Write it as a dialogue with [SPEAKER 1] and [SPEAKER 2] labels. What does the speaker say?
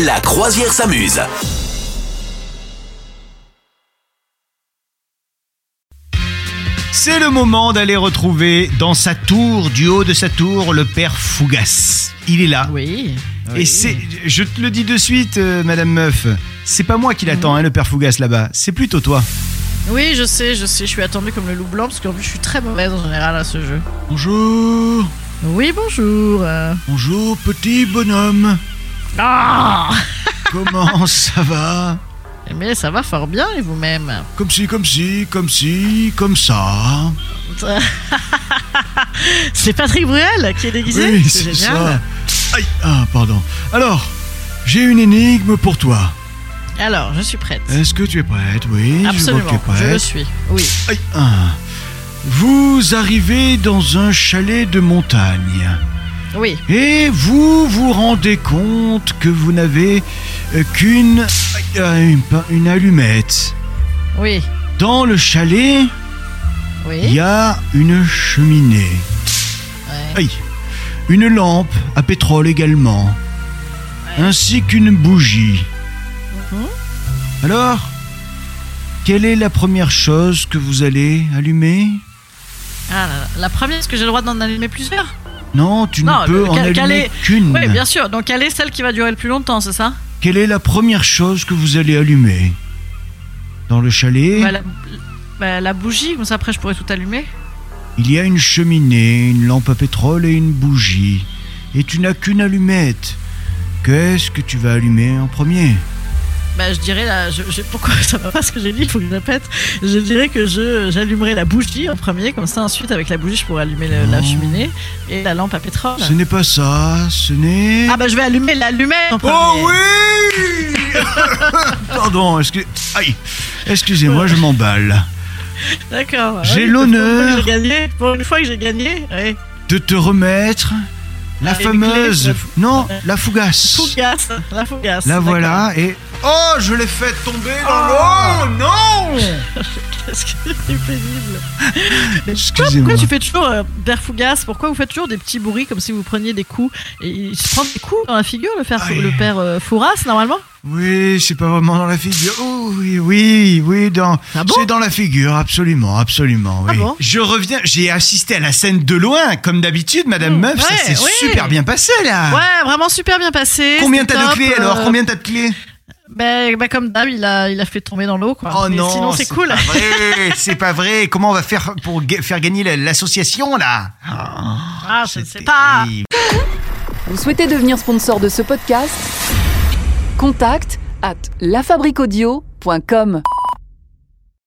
[SPEAKER 1] La croisière s'amuse.
[SPEAKER 2] C'est le moment d'aller retrouver dans sa tour, du haut de sa tour, le père Fougas. Il est là.
[SPEAKER 3] Oui.
[SPEAKER 2] Et c'est, je te le dis de suite, euh, Madame Meuf, c'est pas moi qui l'attends, hein, le père Fougas là-bas. C'est plutôt toi.
[SPEAKER 3] Oui, je sais, je sais, je suis attendue comme le loup blanc parce qu'en plus je suis très mauvaise en général à ce jeu.
[SPEAKER 2] Bonjour,
[SPEAKER 3] Oui, bonjour. euh.
[SPEAKER 2] bonjour, petit bonhomme.
[SPEAKER 3] Ah
[SPEAKER 2] Comment ça va
[SPEAKER 3] Mais ça va fort bien et vous-même
[SPEAKER 2] Comme si, comme si, comme si, comme ça.
[SPEAKER 3] C'est Patrick Bruel qui est déguisé
[SPEAKER 2] Oui,
[SPEAKER 3] C'est
[SPEAKER 2] c'est
[SPEAKER 3] génial.
[SPEAKER 2] ça. Aïe, ah, pardon. Alors, j'ai une énigme pour toi.
[SPEAKER 3] Alors, je suis prête.
[SPEAKER 2] Est-ce que tu es prête Oui, Eh, je vois
[SPEAKER 3] Absolument,
[SPEAKER 2] que tu es
[SPEAKER 3] je le
[SPEAKER 2] prête.
[SPEAKER 3] suis. Oui.
[SPEAKER 2] Aïe, ah. Vous arrivez dans un chalet de montagne
[SPEAKER 3] Oui.
[SPEAKER 2] et vous vous rendez compte que vous n'avez euh, qu'une aïe, ah, une, pa- une allumette.
[SPEAKER 3] Oui.
[SPEAKER 2] Dans le chalet, il
[SPEAKER 3] Oui.
[SPEAKER 2] y a une cheminée.
[SPEAKER 3] Ouais.
[SPEAKER 2] Aïe. Une lampe à pétrole également. Ainsi qu'une bougie.
[SPEAKER 3] Mhm.
[SPEAKER 2] Alors, quelle est la première chose que vous allez allumer
[SPEAKER 3] Ah, là là. la première, est-ce que j'ai le droit d'en allumer plusieurs
[SPEAKER 2] Non, tu
[SPEAKER 3] Non,
[SPEAKER 2] ne peux
[SPEAKER 3] le-
[SPEAKER 2] en
[SPEAKER 3] quel-
[SPEAKER 2] allumer
[SPEAKER 3] quel est-
[SPEAKER 2] qu'une.
[SPEAKER 3] Oui, bien sûr. Donc elle est celle qui va durer le plus longtemps, c'est ça
[SPEAKER 2] Quelle est la première chose que vous allez allumer Dans le chalet,
[SPEAKER 3] Bah, la, bah, la bougie, comme ça après je pourrais tout allumer.
[SPEAKER 2] il y a une cheminée, une lampe à pétrole et une bougie. Et tu n'as qu'une allumette. Qu'est-ce que tu vas allumer en premier
[SPEAKER 3] Bah, je dirais là, je, je- pourquoi ça va pas ce que j'ai dit, il faut que je répète. Je dirais que je j'allumerai la bougie en premier, comme ça ensuite avec la bougie je pourrais allumer le- la
[SPEAKER 2] Non.
[SPEAKER 3] cheminée et la lampe à pétrole.
[SPEAKER 2] Ce n'est pas ça, ce n'est...
[SPEAKER 3] bah. Ah bah je vais allumer l'allumette en premier.
[SPEAKER 2] Oh oui Pardon, excuse... Aïe. excusez-moi, je m'emballe.
[SPEAKER 3] D'accord. bah,
[SPEAKER 2] J'ai
[SPEAKER 3] Oui, pour une fois
[SPEAKER 2] l'honneur.
[SPEAKER 3] que j'ai gagné. Pour une fois que j'ai gagné, oui.
[SPEAKER 2] De te remettre la
[SPEAKER 3] Ah, les
[SPEAKER 2] fameuse...
[SPEAKER 3] clés, euh,
[SPEAKER 2] non, la fougasse.
[SPEAKER 3] Fougasse, la fougasse.
[SPEAKER 2] La
[SPEAKER 3] d'accord.
[SPEAKER 2] voilà et... Oh, je l'ai fait tomber dans
[SPEAKER 3] Oh.
[SPEAKER 2] l'eau Non
[SPEAKER 3] Qu'est-ce que c'est pénible.
[SPEAKER 2] Excusez-moi.
[SPEAKER 3] Pourquoi tu fais toujours, euh, père Fougasse, pourquoi vous faites toujours des petits bruits comme si vous preniez des coups Et il se prend des coups dans la figure, le, père-
[SPEAKER 2] Aïe.
[SPEAKER 3] le père euh, Fouras, normalement
[SPEAKER 2] Oui, c'est pas vraiment dans la figure. Oh, oui, oui, oui, dans.
[SPEAKER 3] Ah bon
[SPEAKER 2] c'est dans la figure, absolument, absolument. Oui.
[SPEAKER 3] Ah bon
[SPEAKER 2] Je reviens. J'ai assisté à la scène de loin, comme d'habitude, Madame
[SPEAKER 3] Mmh,
[SPEAKER 2] Meuf. ça
[SPEAKER 3] ouais,
[SPEAKER 2] s'est
[SPEAKER 3] oui.
[SPEAKER 2] super bien passé là.
[SPEAKER 3] Ouais, vraiment super bien passé.
[SPEAKER 2] Ah. Combien
[SPEAKER 3] c'était
[SPEAKER 2] t'as de
[SPEAKER 3] top,
[SPEAKER 2] clés alors
[SPEAKER 3] euh,
[SPEAKER 2] Combien t'as de clés
[SPEAKER 3] ben, ben, comme d'hab, il a, il a fait tomber dans l'eau, quoi.
[SPEAKER 2] Oh
[SPEAKER 3] Ah, Mais
[SPEAKER 2] non.
[SPEAKER 3] Sinon, c'est cool.
[SPEAKER 2] pas vrai, c'est pas vrai. Comment on va faire pour ga- faire gagner la- l'association là
[SPEAKER 3] Ah, je ne
[SPEAKER 2] C'est
[SPEAKER 3] sais pas.
[SPEAKER 2] terrible.
[SPEAKER 4] Vous souhaitez devenir sponsor de ce podcast Contact à lafabriquaudio.com.